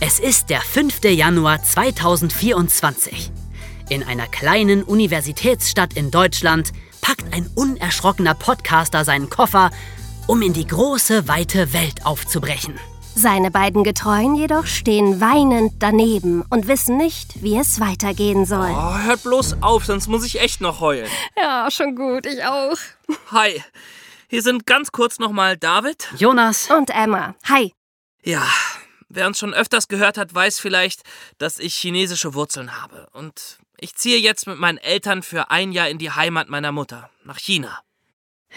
Es ist der 5. Januar 2024. In einer kleinen Universitätsstadt in Deutschland packt ein unerschrockener Podcaster seinen Koffer, um in die große, weite Welt aufzubrechen. Seine beiden Getreuen jedoch stehen weinend daneben und wissen nicht, wie es weitergehen soll. Oh, hört bloß auf, sonst muss ich echt noch heulen. Ja, schon gut, ich auch. Hi, hier sind ganz kurz nochmal David. Jonas, Und Emma, hi. Ja, wer uns schon öfters gehört hat, weiß vielleicht, dass ich chinesische Wurzeln habe. Und ich ziehe jetzt mit meinen Eltern für ein Jahr in die Heimat meiner Mutter, nach China.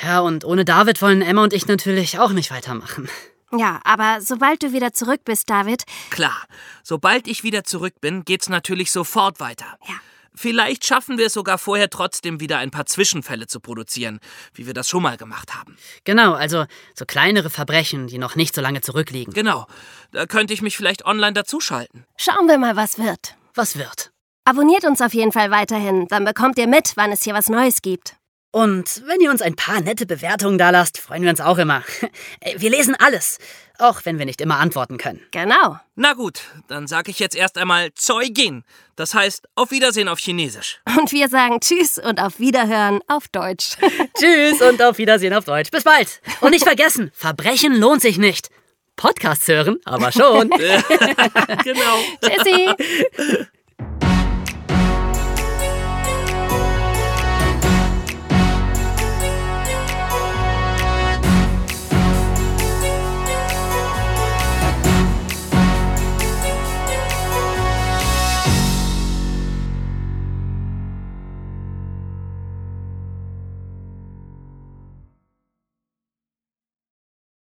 ja, und ohne David wollen Emma und ich natürlich auch nicht weitermachen. Ja, aber sobald du wieder zurück bist, David, Klar, sobald ich wieder zurück bin, geht's natürlich sofort weiter. Ja. Vielleicht schaffen wir es sogar vorher trotzdem wieder ein paar Zwischenfälle zu produzieren, wie wir das schon mal gemacht haben. Genau, also so kleinere Verbrechen, die noch nicht so lange zurückliegen. Genau, da könnte ich mich vielleicht online dazuschalten. schauen wir mal, was wird. Was wird? Abonniert uns auf jeden Fall weiterhin, dann bekommt ihr mit, wann es hier was Neues gibt. Und wenn ihr uns ein paar nette Bewertungen da lasst, freuen wir uns auch immer. Ey, Wir lesen alles, auch wenn wir nicht immer antworten können. Genau. Na gut, dann sage ich jetzt erst einmal Zeugin. Das heißt, auf Wiedersehen auf Chinesisch. Und wir sagen Tschüss und auf Wiederhören auf Deutsch. Tschüss und auf Wiedersehen auf Deutsch. Bis bald. Und nicht vergessen, Verbrechen lohnt sich nicht. Podcasts hören, aber schon. genau. Tschüssi.